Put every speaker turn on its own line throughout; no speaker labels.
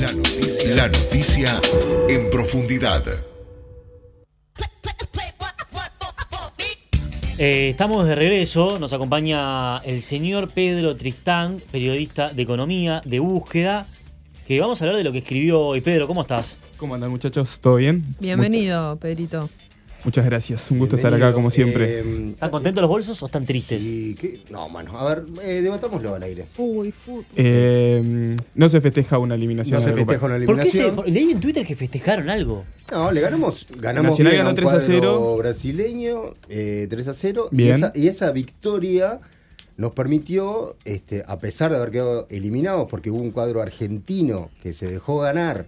La noticia, la noticia en profundidad.
Eh, estamos de regreso, nos acompaña el señor Pedro Tristán, periodista de economía, de búsqueda, que vamos a hablar de lo que escribió hoy. Pedro, ¿cómo estás?
¿Cómo andan muchachos? ¿Todo bien?
Bienvenido, Pedrito.
Mu- muchas gracias, un gusto estar acá como siempre.
eh,
¿Están contentos los bolsos o están tristes?
No, mano. A ver, eh, debatámoslo al aire.
Uy, fútbol.
Eh, no se festeja una eliminación.
No se
de la Copa.
festeja una
¿Por qué se,
eliminación.
por- leí en Twitter que festejaron algo.
No, le ganamos. Ganamos
Nacional
bien
ganó
a un
3 a
cuadro
0.
brasileño, eh, 3 a 0. Y
Bien.
esa, y esa victoria nos permitió, este, a pesar de haber quedado eliminados, porque hubo un cuadro argentino que se dejó ganar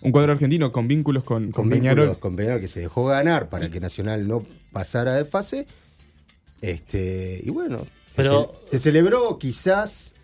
Un cuadro argentino con vínculos con, con
con vínculos
Peñarol.
con Peñarol, que se dejó ganar para que Nacional no pasara de fase. Este, y bueno, se
Pero-
ce- se, celebró quizás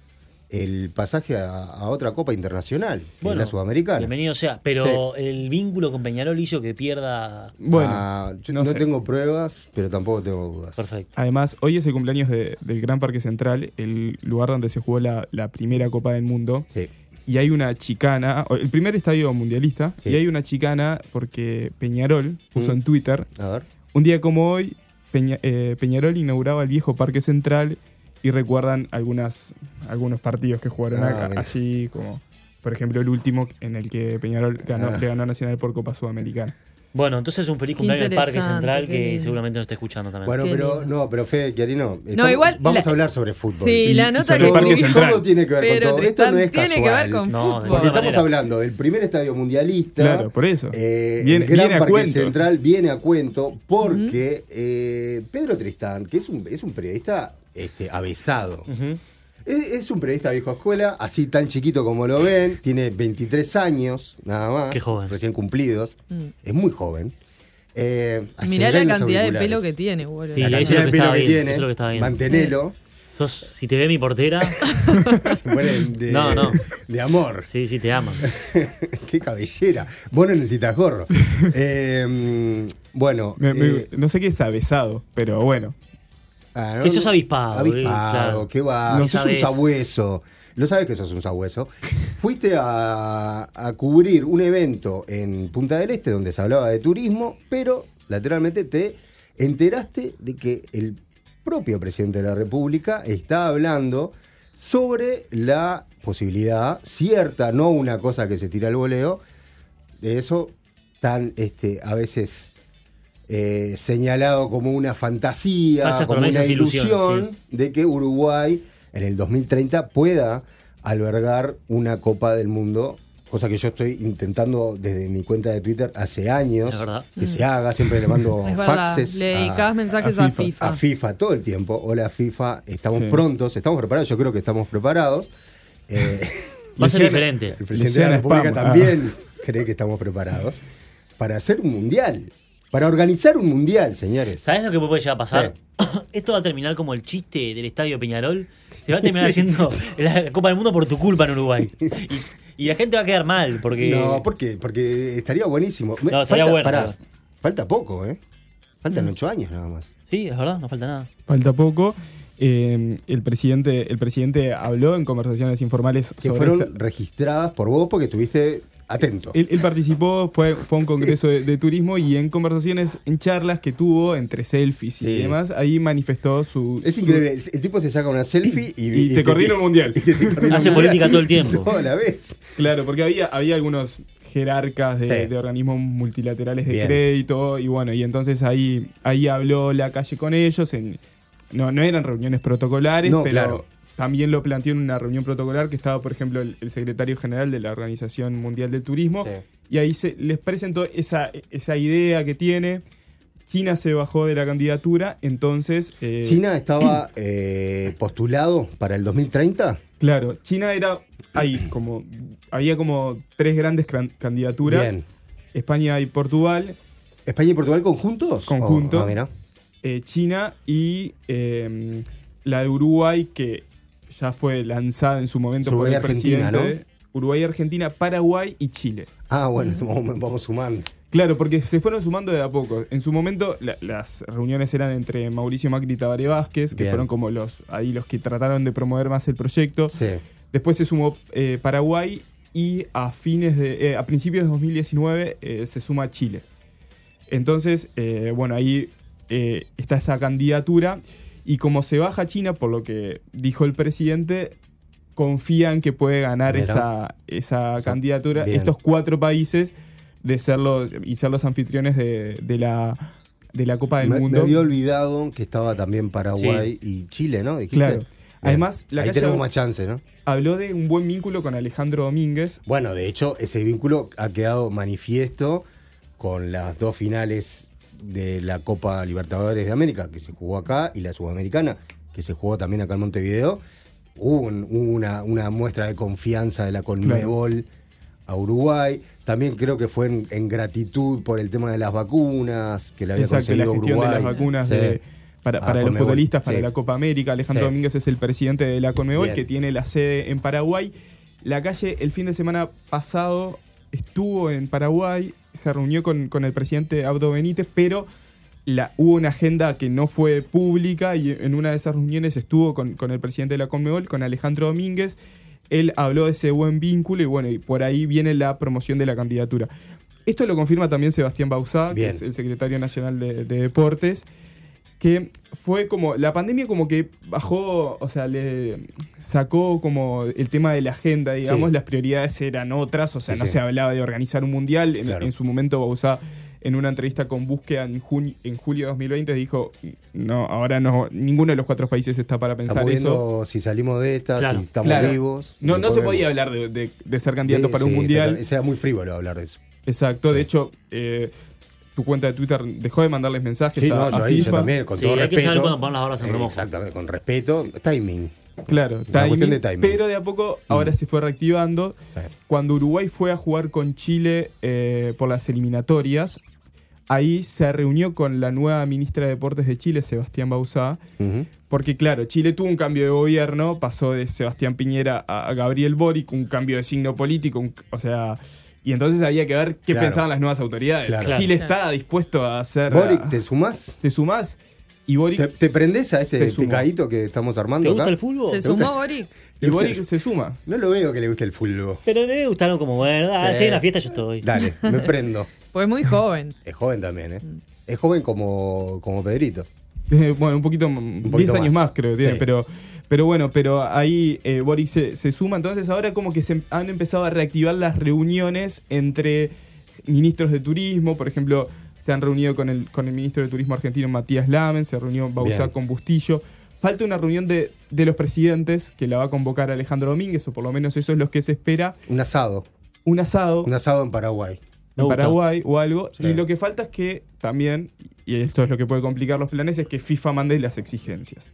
el pasaje a, a otra Copa Internacional, que es
Bueno,
la Sudamericana.
Bienvenido sea, pero el vínculo con Peñarol hizo que pierda...
Bueno,
Ah, yo
no
no,
sé.
tengo pruebas, pero tampoco tengo dudas.
Perfecto.
Además, hoy es el cumpleaños de- del Gran Parque Central, el lugar donde se jugó la, la primera Copa del Mundo.
Sí.
Y hay una chicana, o el primer estadio mundialista,
Sí.
y hay una chicana porque Peñarol puso
Mm.
en Twitter,
A ver.
un día como hoy, Peña- eh, Peñarol inauguraba el viejo Parque Central y recuerdan algunas, algunos partidos que jugaron
Ah,
acá-
mira.
allí, como por ejemplo el último en el que Peñarol ganó,
Ah.
le ganó a Nacional por Copa Sudamericana.
Bueno, entonces un feliz
Qué
cumpleaños al Parque
interesante,
Central
qué
que
lindo.
seguramente nos está escuchando también.
Bueno,
Qué
pero
lindo.
no, pero Fede Chiarino,
No, igual
vamos
la-
a hablar sobre fútbol.
Sí, la
Y- y
nota
sobre
que- El Parque
todo-
Central.
todo tiene que ver
Pero
con todo. Esto
Tristán
no es
tiene
casual.
que ver con
No, de
fútbol.
Porque
ninguna
estamos
manera.
hablando del primer estadio mundialista.
Claro, por eso.
Eh,
Viene-
el Gran
viene a
Parque
cuento.
Central viene a cuento porque eh, Pedro Tristán, que es un, es un periodista este, avesado,
Ujú.
es, es un periodista viejo escuela, así tan chiquito como lo ven, tiene 23 años nada más,
Qué joven.
recién cumplidos,
Mm.
es muy joven. Eh,
Mirá la
acelerá
cantidad
los
de
auriculares.
pelo que tiene, boludo.
Sí,
La
eso es lo
cantidad de
que
pelo
estaba
que
viendo, eso
tiene,
es lo que estaba viendo.
mantenelo,
Sos- si te ve mi portera,
se mueren de,
No, no.
de amor.
sí, sí, te ama.
Qué cabellera. Vos no necesitas gorro. Eh, bueno.
Me- me-
eh,
no sé qué es avesado, pero bueno.
ah,
Que sos avispado, eh,
Avispado,
claro.
qué va.
No
sos
sabés.
un sabueso. No sabes que sos un sabueso. Fuiste a, a cubrir un evento en Punta del Este donde se hablaba de turismo, pero lateralmente te enteraste de que el propio presidente de la República está hablando sobre la posibilidad cierta, no una cosa que se tira al voleo, de eso tan este, a veces eh, señalado como una fantasía,
Falsas
como una
promesas, e
ilusión,
ilusiones,
de que Uruguay en el 2030 pueda albergar una Copa del Mundo, cosa que yo estoy intentando desde mi cuenta de Twitter hace años
Es verdad.
que se haga, siempre le mando
Mm. Es verdad,
faxes
le
a-
dedicabas mensajes
a
a
FIFA.
FIFA.
a FIFA todo el tiempo. Hola FIFA, estamos
Sí.
prontos, estamos preparados, yo creo que estamos preparados. Eh,
Va a ser
Luciana-
diferente.
el presidente de
Luciana
la República
Spam.
también
Ah.
cree que estamos preparados para hacer un mundial, para organizar un mundial, señores.
¿Sabes lo que puede llegar a pasar? Esto va a terminar como el chiste del estadio Peñarol. Se va a terminar
Sí.
haciendo la Copa del Mundo por tu culpa en Uruguay. Y, y la gente va a quedar mal porque.
No, ¿por qué? Porque estaría buenísimo. Me-
No, estaría
falta,
bueno,
pará,
pero-
falta poco, ¿eh? Faltan ocho años nada más.
Sí, es verdad, no falta nada.
Falta poco. Eh, el, presidente, el presidente habló en conversaciones informales
Que
sobre
fueron
esta-
registradas por vos porque estuviste atento.
Él, él participó, fue, fue a un congreso de, de turismo y en conversaciones, en charlas que tuvo entre selfies y
Sí.
demás, ahí manifestó su.
Es
su-
increíble, el tipo se saca una selfie y,
Y te coordina un mundial.
y te coordina
Hace
un
política
mundial.
todo el tiempo.
Toda la vez.
Claro, porque había, había algunos jerarcas de,
Sí.
de organismos multilaterales de
Bien.
crédito y bueno, y entonces ahí, ahí habló la calle con ellos. En, no, no eran reuniones protocolares,
No,
pero
claro.
también lo planteó en una reunión protocolar que estaba, por ejemplo, el, el secretario general de la Organización Mundial del Turismo.
Sí.
Y ahí se les presentó esa, esa idea que tiene. China se bajó de la candidatura, entonces... eh,
China estaba eh, postulado para el 2030.
Claro, China era... Hay como, había como tres grandes cran- candidaturas.
Bien.
España y Portugal,
¿España y Portugal conjuntos?
Conjunto.
Oh, ah, mira.
eh, China y eh, la de Uruguay, que ya fue lanzada en su momento por
Uruguay
el
y Argentina,
presidente. Uruguay, Argentina, Paraguay y Chile.
Ah, bueno, vamos, vamos sumando.
Claro, porque se fueron sumando de a poco. En su momento la- las reuniones eran entre Mauricio Macri y Tabaré Vázquez, que
Bien.
fueron como los ahí los que trataron de promover más el proyecto.
Sí.
Después se sumó eh, Paraguay y a, fines de, eh, a principios de 2019 eh, se suma Chile. Entonces, eh, bueno, ahí eh, está esa candidatura y como se baja China, por lo que dijo el presidente, confían que puede ganar
Mira.
esa, esa
Sí,
candidatura
bien.
estos cuatro países de ser los, y ser los anfitriones de, de la, de la Copa del
me, me
Mundo.
había olvidado que estaba también Paraguay y Chile, ¿no? Dijiste.
Claro.
Bien.
Además, la
Ahí
calle
tenemos
Ab-
más chance, ¿no?
habló de un buen vínculo con Alejandro Domínguez.
Bueno, de hecho, ese vínculo ha quedado manifiesto con las dos finales de la Copa Libertadores de América, que se jugó acá, y la Sudamericana, que se jugó también acá en Montevideo. Hubo un- una, una muestra de confianza de la Conmebol a Uruguay. También creo que fue en, en gratitud por el tema de las vacunas, que le había
Exacto, la
conseguido
gestión
Uruguay.
de las vacunas
Sí.
de- para,
Ah,
para los
Conmebol,
futbolistas, para
sí.
la Copa América. Alejandro
Sí.
Domínguez es el presidente de la Conmebol,
Bien.
que tiene la sede en Paraguay. La calle el fin de semana pasado estuvo en Paraguay, se reunió con, con el presidente Abdo Benítez, pero la, hubo una agenda que no fue pública y en una de esas reuniones estuvo con, con el presidente de la Conmebol, con Alejandro Domínguez. Él habló de ese buen vínculo y bueno, y por ahí viene la promoción de la candidatura. Esto lo confirma también Sebastián Bausá, que
Bien.
es el secretario nacional de, de Deportes, que fue como, la pandemia como que bajó, o sea, le sacó como el tema de la agenda, digamos,
Sí.
las prioridades eran otras, o sea,
Sí,
no
sí.
se hablaba de organizar un mundial, en,
Claro.
en su momento Bausá en una entrevista con Búsqueda en, juni- en julio de 2020 dijo, no, ahora no, ninguno de los cuatro países está para pensar
Estamos
eso.
viendo si salimos de esta,
Claro.
si estamos
Claro.
vivos.
No, no
Después
se
vemos.
podía hablar de, de- de ser candidato
Sí,
para un
sí,
mundial.
total. Era muy frívolo hablar de eso.
Exacto,
Sí.
de hecho, eh, tu cuenta de Twitter dejó de mandarles mensajes
Sí,
a,
no,
a
yo, ahí, yo
FIFA.
también, con
Sí,
todo
hay que
respeto.
saber cuándo poner las bolas en remojo.
Exactamente, con respeto. Timing.
Claro,
Una cuestión de timing. Mm.
Pero de a poco ahora se fue reactivando. Cuando Uruguay fue a jugar con Chile eh, por las eliminatorias, ahí se reunió con la nueva ministra de Deportes de Chile, Sebastián Bauzá,
Ujú.
porque claro, Chile tuvo un cambio de gobierno, pasó de Sebastián Piñera a a Gabriel Boric, un cambio de signo político, un- o sea, y entonces había que ver qué
Claro.
pensaban las nuevas autoridades.
Claro.
Chile
Claro.
está dispuesto a hacer...
Boric, ¿te sumás?
te sumás y Boric
¿Te, te prendés a
se
este
sumó.
picadito que estamos
¿Te
armando
gusta
acá?
el fútbol?
Se sumó Boric.
Y Boric se suma.
No lo veo que le guste el fútbol.
Pero le gustaron como, bueno, ah,
Sí.
si hay una fiesta yo estoy.
Dale, me prendo.
Pues muy joven.
Es joven también, ¿eh?
Mm.
Es joven como, como Pedrito.
Eh, bueno, un poquito,
poquito
10 años
más.
más creo que tiene,
Sí.
pero, pero bueno, pero ahí eh, Boric se, se suma. Entonces ahora como que se han empezado a reactivar las reuniones entre ministros de turismo, por ejemplo, se han reunido con el, con el ministro de turismo argentino Matías Lamen, se reunió Bausá
Bien.
con Bustillo. Falta una reunión de, de los presidentes que la va a convocar Alejandro Domínguez, o por lo menos eso es lo que se espera.
Un asado.
Un asado.
Un asado en Paraguay.
Me
en
gusta.
Paraguay o algo.
Sí.
Y lo que falta es que también, y esto es lo que puede complicar los planes, es que FIFA mande las exigencias.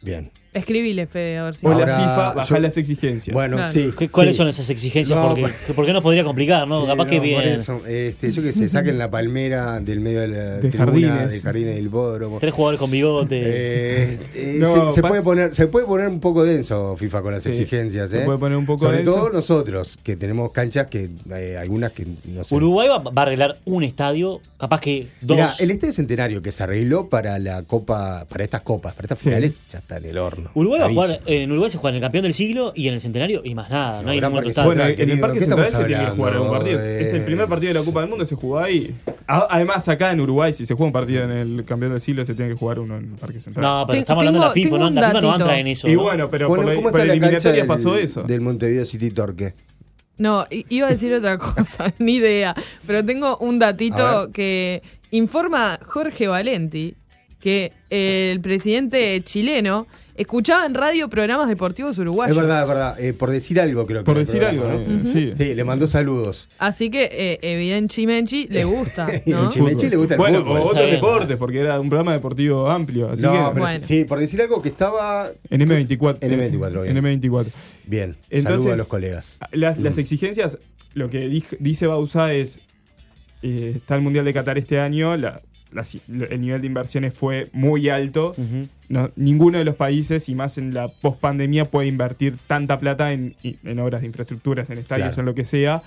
Bien.
Escribile, Fede, a ver si.
O
Ahora,
la FIFA baja
yo-
las exigencias.
Bueno,
Claro.
sí.
¿Qué- ¿Cuáles
sí.
son esas exigencias?
No,
porque,
por-
porque nos podría complicar, ¿no?
Sí,
Capaz que
no, por
viene
eso, este, yo que sé, saquen la palmera del medio de la
De
tribuna,
jardines.
de jardines del hipódromo.
tres jugadores con bigote.
Eh, eh,
No,
se, se
pas-
puede poner, se puede poner un poco denso FIFA con las
Sí,
exigencias.
se
eh.
puede poner un poco
Sobre
denso.
todo nosotros, que tenemos canchas que eh, algunas que no sé.
Uruguay va, va a arreglar un estadio, capaz que dos.
Mirá, el estadio centenario que se arregló para la copa, para estas copas, para estas
Sí.
finales, ya está en el horno.
Uruguay va a
Bravísimo.
jugar, eh, en Uruguay se juega en el campeón del siglo y en el centenario y más nada, no,
No,
hay ningún
gran
otro
parque
estadio.
Bueno,
Central,
en el
querido,
Parque
¿qué
Central
estamos
se tiene que jugar algún
hablando?
partido. Es el primer partido de la Copa del Mundo, se juega ahí. A- Además, acá en Uruguay, si se juega un partido en el campeón del siglo, se tiene que jugar uno en el Parque Central.
no, pero
Ten-
estamos hablando de la
tengo-
FIFA,
tengo
¿no?
un
La FIFA no
datito.
entra en eso.
y
¿no?
bueno, pero
Bueno,
por,
¿cómo
por
está la cancha
eliminatorias
del,
pasó eso.
del Montevideo City Torque?
No, i- iba a decir otra cosa, ni idea. Pero tengo un
A
datito que informa Jorge Valenti que el presidente chileno escuchaba en radio programas deportivos uruguayos.
Es verdad, es verdad. Eh, por decir algo, creo que.
Por
era el
decir algo,
programa,
eh, sí.
¿no? Sí, le mandó saludos.
Así que, eh, evidentemente, Menchi le gusta.
Y
¿no?
el
Fútbol.
Chimechi le gusta el
bueno,
fútbol.
o
Está
otros
bien.
deportes, porque era un programa deportivo amplio. Así
no,
que,
pero
Bueno.
sí, por decir algo que estaba.
en M24.
En M24, bien.
En M24.
Bien, saludo
Entonces-
a los colegas.
Las, las
Mm.
exigencias, lo que dij- dice Bausa es, eh, está el Mundial de Qatar este año, la- las- el nivel de inversiones fue muy alto,
Ujú.
No, ninguno de los países, y más en la pospandemia, puede invertir tanta plata en, en obras de infraestructuras, en estadios,
Claro.
en lo que sea.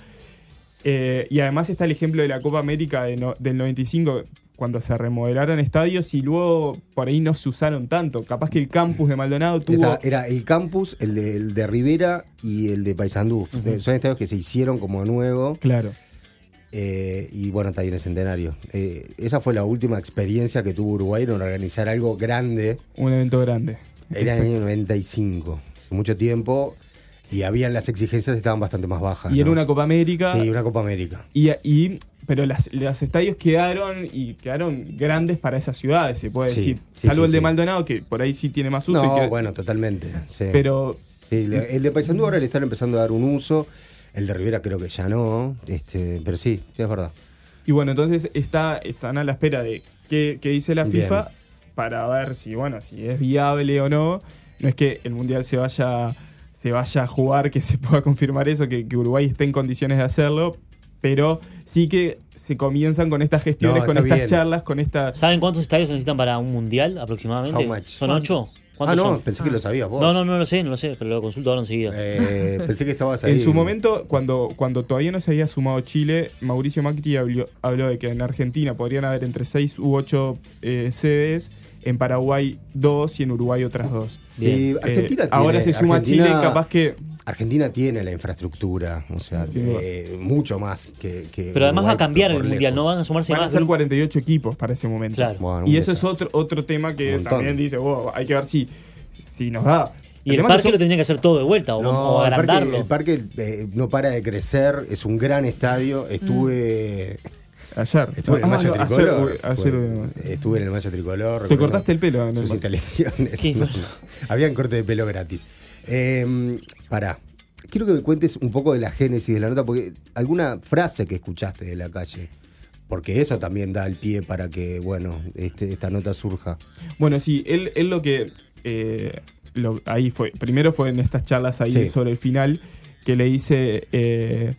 Eh, y además está el ejemplo de la Copa América de no- del 95, cuando se remodelaron estadios y luego por ahí no se usaron tanto. Capaz que el campus de Maldonado tuvo...
Esta- era el campus, el de, el de Rivera y el de Paysandú. Eh, Son estadios que se hicieron como nuevo.
Claro.
eh, y bueno, está ahí en el centenario. Eh, esa fue la última experiencia que tuvo Uruguay en organizar algo grande.
Un evento grande.
Era en el
Exacto.
año 95. Hace mucho tiempo. Y habían las exigencias estaban bastante más bajas.
Y era
Ah, ¿no?
una Copa América.
Sí, una Copa América.
Y, y- pero las, los estadios quedaron y quedaron grandes para esas ciudades, se puede
Sí,
decir.
sí,
Salvo
sí,
el de
sí.
Maldonado, que por ahí sí tiene más uso. y
No,
queda-
bueno, totalmente. sí.
Pero
Sí, le- el de Paysandú ahora le están empezando a dar un uso. El de Rivera creo que ya no. Este, pero sí, sí es verdad.
Y bueno, entonces está, están a la espera de qué, qué dice la
Bien.
FIFA para ver si, bueno, si es viable o no. No es que el Mundial se vaya, se vaya a jugar, que se pueda confirmar eso, que, que Uruguay esté en condiciones de hacerlo, pero sí que se comienzan con estas gestiones,
No,
con
está
estas
bien.
charlas, con estas...
¿Saben cuántos estadios se necesitan para un mundial aproximadamente?
How much?
¿Son ocho?
Ah,
¿Cuántos
no,
son?
pensé que lo sabías vos.
No, no, no lo sé, no lo sé, pero lo consulto ahora enseguida.
Eh, pensé que estabas ahí.
En su momento, cuando, cuando todavía no se había sumado Chile, Mauricio Macri habló, habló de que en Argentina podrían haber entre 6 u 8 sedes, en Paraguay 2 y en Uruguay otras 2.
Y
Bien.
Argentina
Eh, ahora se
tiene-
suma
Argentina-
Chile, capaz que.
Argentina tiene la infraestructura, o sea,
Sin duda.
eh, mucho más que. que
Pero además va a
Uruguay,
cambiar
por
el
lejos.
mundial, no van a sumarse
Van a
más.
ser
grupos.
48 equipos para ese momento.
Claro.
Bueno,
Y
un
eso es
desastre.
otro, otro tema que
Un montón.
también dice, wow, hay que ver si, si nos da.
Y el
tema es
parque
que
lo
son-
tendría que hacer todo de vuelta o, o
No, el parque,
agrandarlo.
el parque, eh, no para de crecer, es un gran estadio. Estuve,
Mm.
Ayer.
estuve en
Ah,
el macho
no, ayer,
tricolor.
uy, ayer,
estuve-
uy.
estuve en el macho tricolor.
te
recuerdo-
cortaste el pelo. en el
sus
mar.
instalaciones.
Sí.
No, no. Habían corte de pelo gratis. Eh, pará. Quiero que me cuentes un poco de la génesis de la nota, porque alguna frase que escuchaste de la calle, porque eso también da el pie para que, bueno, este- esta nota surja.
Bueno, sí, él, él lo que. eh, lo- ahí fue. Primero fue en estas charlas ahí
Sí.
sobre el final, que le dice. eh,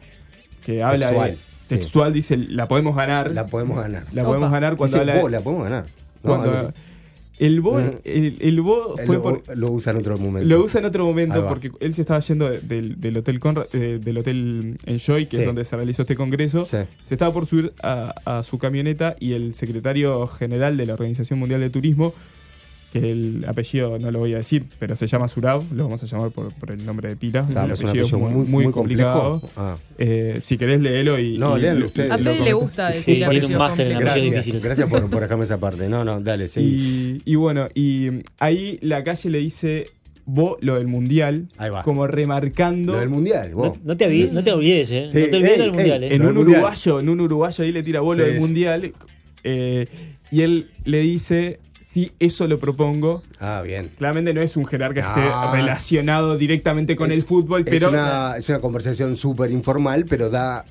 que habla de.
Textual, sí.
Textual, dice, la podemos ganar.
La podemos ganar.
La podemos
Opa.
ganar cuando
Dice,
habla.
"Vos la podemos ganar. No,
cuando-
algo Mm. así.
el bo,
Ujú.
el, el bo
Eh,
fue
lo,
por-
lo usa en otro momento.
Lo usa en otro
Ahí
momento
va.
porque él se estaba yendo de- del, del hotel Conra- eh, del hotel Enjoy, que
Sí.
es donde se realizó este congreso.
Sí.
Se estaba por subir a, a su camioneta y el secretario general de la Organización Mundial de Turismo, que el apellido no lo voy a decir, pero se llama Surao, lo vamos a llamar por, por el nombre de pila.
Está,
el
es un
apellido es
apellido
muy, muy complicado.
complejo. Ah.
Eh, si querés leerlo y.
No,
y
léanlo
lo-
ustedes.
lo
A Fede le
comentas.
gusta
Sí,
decir
tiene
apellidos
un máster en
complejos.
apellidos
Gracias,
difíciles.
gracias por, por dejarme esa parte. No, no, dale, seguí.
Y, y bueno, y ahí la calle le dice vos lo del mundial,
Ahí va.
como remarcando.
Lo del mundial,
No,
vos.
no te avi- no te olvides, ¿eh?
Sí,
No te olvides
ey,
del mundial,
ey,
¿eh?
en
Lo
un
del mundial.
uruguayo, en un uruguayo ahí le tira bolo
Sí,
del
sí.
mundial. eh, y él le dice, sí, eso lo propongo.
Ah, bien.
Claramente no es un jerarca que
Ah.
esté relacionado directamente con
Es-
el fútbol, pero
Es una, es una conversación súper informal, pero da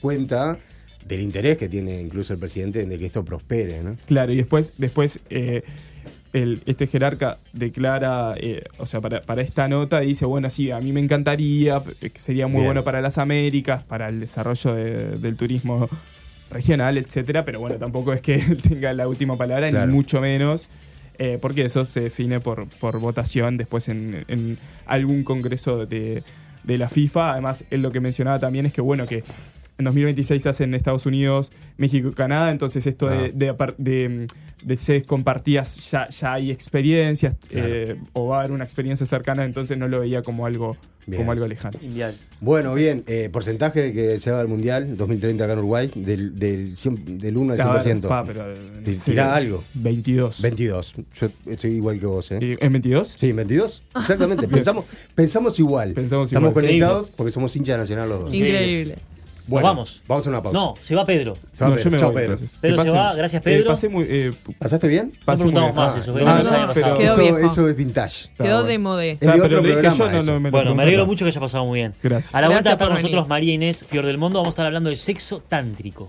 cuenta del interés que tiene incluso el presidente de que esto prospere, ¿no?
claro, y después, después eh, el- este jerarca declara, eh, o sea, para, para esta nota dice, bueno, sí, a mí me encantaría, eh, que sería muy
Bien.
bueno para las Américas, para el desarrollo de- del turismo regional, etcétera, pero bueno, tampoco es que él tenga la última palabra,
Claro.
ni mucho menos, eh, porque eso se define por, por votación después en, en algún congreso de, de la FIFA. Además, él lo que mencionaba también es que, bueno, que en 2026 hacen Estados Unidos, México y Canadá, entonces esto
Ah.
de, de, apar- de, de sedes compartidas ya, ya hay experiencias,
Claro.
eh, o va a haber una experiencia cercana, entonces no lo veía como algo,
Bien.
como algo lejano.
Mundial.
Bueno, bien, eh, porcentaje de que se va al Mundial 2030 acá en Uruguay, del, del, 100 del 1 al
Cada vez
100%.
más pa, pero, eh,
Te-
sí,
tirá algo.
22.
22. Yo estoy igual que vos, ¿eh?
Eh, ¿En 22?
Sí, 22. Exactamente. pensamos, pensamos igual.
Pensamos
Estamos
igual.
conectados porque somos hinchas de nacional los dos.
Increíble.
Bueno,
vamos.
Vamos a una pausa.
No, se va Pedro.
Se va
No,
Pedro.
yo me
Chao,
voy,
Pedro.
entonces.
Pedro
Que
se
pasen-
va, gracias, Pedro.
Eh, pasé muy, eh, pu-
¿Pasaste bien?
pasé muy
preguntamos
bien.
más
Ah,
eso,
no,
que no
no,
lo sabemos
pero-
pasar.
Quedó
eso,
viejo.
eso es vintage.
Está
Quedó
bueno.
de modé.
Es de
Ah,
otro
pero lo dije yo,
programa
no,
eso.
no me lo
Bueno, me
preguntaron.
alegro mucho que haya pasado muy bien.
Gracias.
A la vuelta
Gracias
está
por
con
venir.
nosotros María Inés Fior del Mundo. Vamos a estar hablando de sexo tántrico.